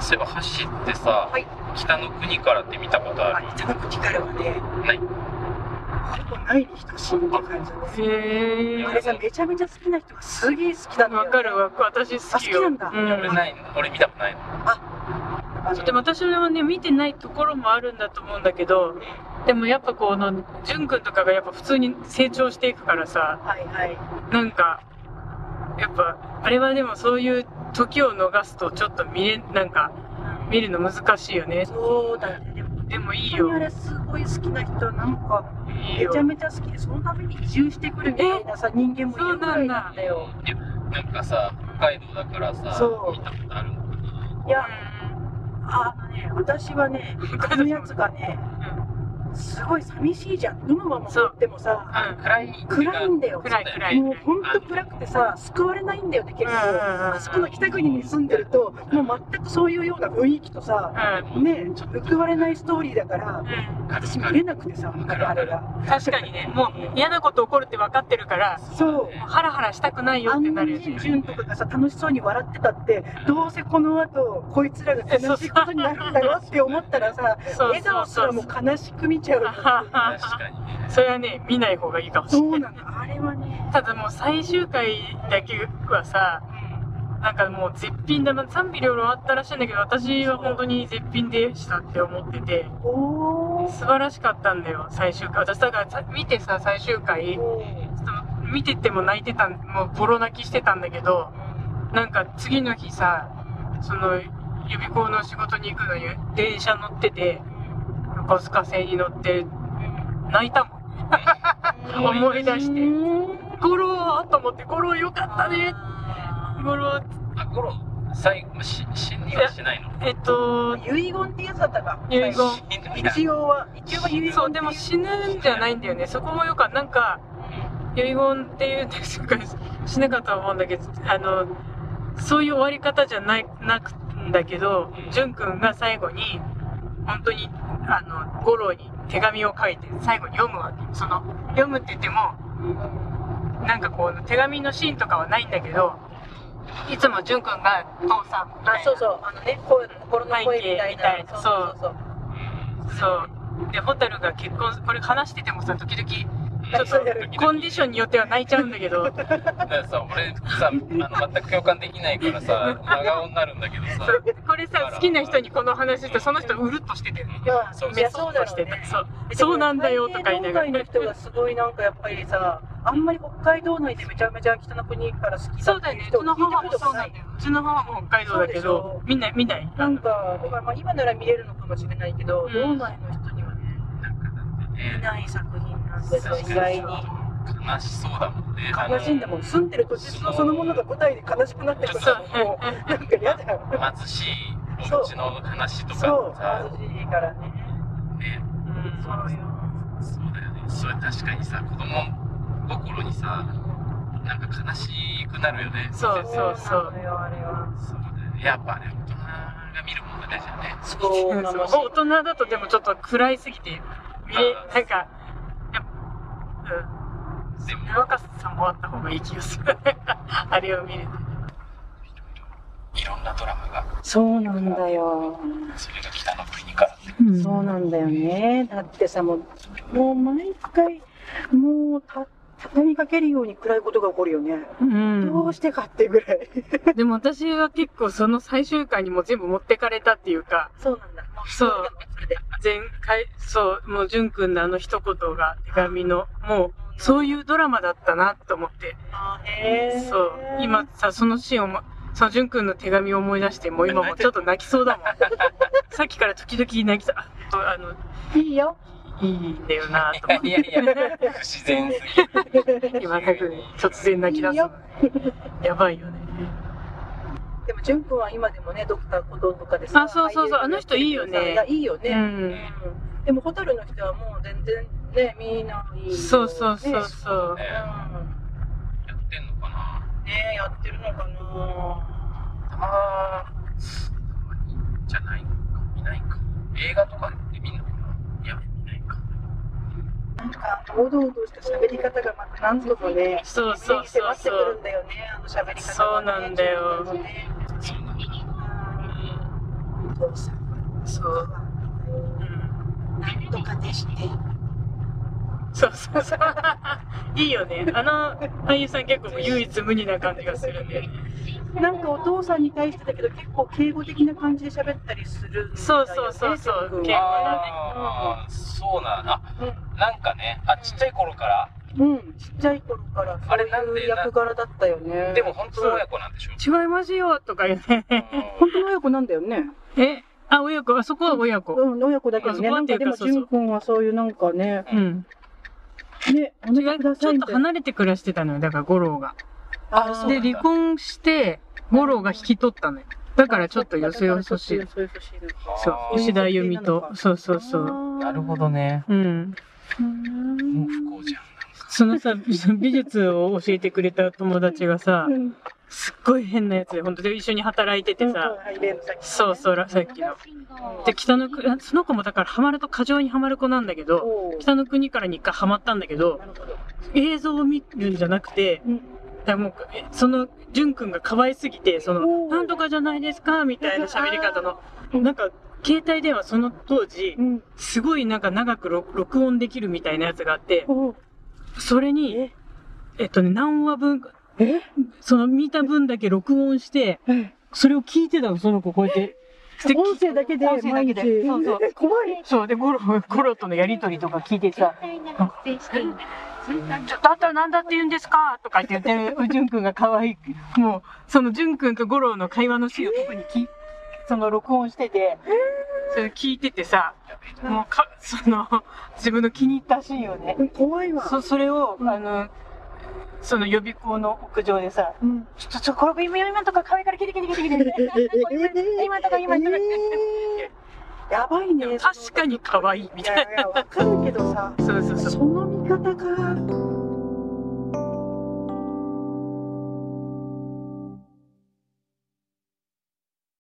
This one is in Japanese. そういえば走ってさ、はい北の国からって見たことあある北の国からはねないほぼないに等しいって感じですへえあれがめちゃめちゃ好きな人がすげえ好きなんだよわかるわ私好きあ好きよなんだうん俺ないの俺見たことないのあのでも私はね見てないところもあるんだと思うんだけどでもやっぱこの淳君とかがやっぱ普通に成長していくからさはいはいなんかやっぱあれはでもそういう時を逃すとちょっと見れなんか見るの難しいよねそうだよねでもでもいい本当にあよれすごい好きな人なんかいいめよちゃめちゃ好きでそのために移住してくるみたいなさ人間もいるぐらいなんだよいやなんかさ北海道だからさそう見たことあるのいやあのね私はねあのやつがねすごい寂しいじゃん今はもうそうとってもさあ暗い暗いんだよ暗い暗いもうほんと暗くてさ救われないんだよね結うん構あそこの北国に住んでるともう全くそういうような雰囲気とさうね報われないストーリーだからんうん私見れなくてさあれが確かにねもう嫌なこと起こるって分かってるからそうもうハラハラしたくないよあっんてななるよにね純とかがさ楽しそうに笑ってたってどうせこの後こいつらが悲しいことになるんだろって思ったらさそう笑そ顔うすそらうもう悲しく見ちゃう確かにねそれはね見ない方がいいかもしれそなういなんだあれはねただもう最終回だけはさなんかもう絶品だな賛否両論あったらしいんだけど私は本当に絶品でしたって思ってておお素晴らしかったんだよ最終回私だからさ見てさ最終回ちょっと見てても泣いてたんもうボロ泣きしてたんだけどなんか次の日さその予備校の仕事に行くのに電車乗ってて横須賀線に乗って泣いたもん思い出してゴローと思ってゴローよかったねゴローあゴロ最後し死にはしないのえっと遺言ってやつだったか遺言死ぬやん一応は一応は遺言そうでも死ぬんじゃないんだよねそこもよかなんか遺言っていうんですかしなかったと思うんだけどあのそういう終わり方じゃないなくんだけど淳くんが最後に本当にあの五郎に手紙を書いて最後に読むわけその読むって言ってもなんかこう手紙のシーンとかはないんだけどいつも淳くんが父さんみたあいなそうそうあのね声心の声みたいな背景みたいなそうそうそうそうで蛍が結婚これ話しててもさ時々ちょっそうやるとコンディションによっては泣いちゃうんだけどだからさ俺さあの全く共感できないからさ真顔になるんだけどさそうこれさ好きな人にこの話してその人うるっとしててねいやそういやそうだとろしうてねたそうそうなんだよとか言いながら海底の人がすごいなんかやっぱりさあんまり北海道内でめちゃめちゃ北の国から好きだそうっだてよいねう人うちの聞いた母こもとそうがななんいだようちの母も北海道そうだけでしどょみんな見ないなんかだからまあ今なら見れるのかもしれないけど、うん道内の人にはね見ない作品なんですよ意外に悲しそうだもんねあの悲しいんだもん住んでる土地そのものが舞台で悲しくなってくるのそうもうなんか嫌だよ貧しいお家の話とかそうさ貧しいからねねうんそうよそうだよねそれ確かにさ子供心にさなんか悲しくなるよねそうそうそうなのよあれはそうだよねやっぱあれ大人が見るもんだねじゃあねそうなの大人だとでもちょっと暗いすぎて見れなんかやっぱでもうん若さもあった方がいい気がする あれを見るといろんなドラマがそうなんだよ、それが北の国からってそうなんだよねだってさもうもう毎回もうた畳みかけるように暗いことが起こるよね、うんどうしてかっていうぐらいでも私は結構その最終回にもう全部持ってかれたっていうか、そうなんだそう、前回、そう、もう淳くんのあの一言が手紙の、もう、そういうドラマだったなと思って、あへえそう、今さ、そのシーンをも、その淳くんの手紙を思い出して、もう今もちょっと泣きそうだもん。 さっきから時々泣きそう、ああの、いいよいいんだよなと思っいて、やいやいや不自然すぎる今泣く、突然泣き出すのね。やばいよね。でも淳君は今でもねドクターコトーとかでさあそうそうそう俳優やってるけどさあの人いいよねいやいいよね、ううんん。でも蛍の人はもう全然ねみんないいよねそうそうそうそう。ねうやってんのかなんねやってるのかなたまにじゃないのか見ないか映画とかで見んのかないや見ないかなんか堂々とした喋り方がまた何度もねそう目そうに迫ってそうそくうるん。だよねあの喋り方がねそうなんだよ自分たちのねそうなんだうんそう。うんなんとかでして。そうそうそう。いいよね。あの俳優さん結構唯一無二な感じがするんだよね。なんかお父さんに対してだけど結構敬語的な感じで喋ったりするんだよね。そうそうそうそうジェック敬語だねあーそうなんだ。はなんかね、あ、ちっちゃい頃から、うん、うんちっちゃい頃からあれなんそういでう役柄だったよね。でも本当の親子なんでしょ違いますよとか言って。本当の親子なんだよね。 え、あ、親子、あそこは親子。うん、親子だけどね。なあそこはっんていかでうかも、そうそう純くんはそういうなんかね、うん。ね、お違、願いうくちだょっさいみとたいな。離れて暮らしてたのよ。だから、五郎が。あそうで、なんだ離婚して、五郎が引き取ったのよ。だから、ちょっとよそよそしいよ。そよそしいのかそうあ、ー吉田由美と。そうそうそあう。ーなるほどね。うん。うーもうん不幸じゃん。そのさ、 美美術を教えてくれた友達がさう、んすっごい変なやつで、本当で一緒に働いててさ、うん例の先そうそう、らさっきの。で、北の国、あその子もだからハマると過剰にハマる子なんだけど、おー北の国からに一回ハマったんだけどな、るほど映像を見るんじゃなくて、うんだからもう、えその、淳くんが可愛すぎて、その、おーなんとかじゃないですか、みたいな喋り方の、なんか、携帯電話その当時う、んすごいなんか長く録録音できるみたいなやつがあって、おーそれに、ええっとね、何話分、えその見た分だけ録音して、えそれを聞いてたの、その子こうやって。で音声だけで音声だけで毎日そうそうえ怖いそう、で、ゴロ、ゴロとのやりとりとか聞いてさ、ちょっとあんたなんだって言うんですかとか言って言って、ジュンくんが可愛い。もう、そのジュンくんとゴロの会話のシーンを特にき、その録音してて、それ聞いててさ、もうか、その、自分の気に入ったシーンをね、うん怖いわそ、それを、あの、その予備校の屋上でさ、うんちょっと、ちょ、これ、今、今とか可愛いから聞いて聞いて聞いて聞いて。 今とか今とえかーやばいね確かに可愛いみたいいやいやわかるけどさな。そうそうそう。その見方が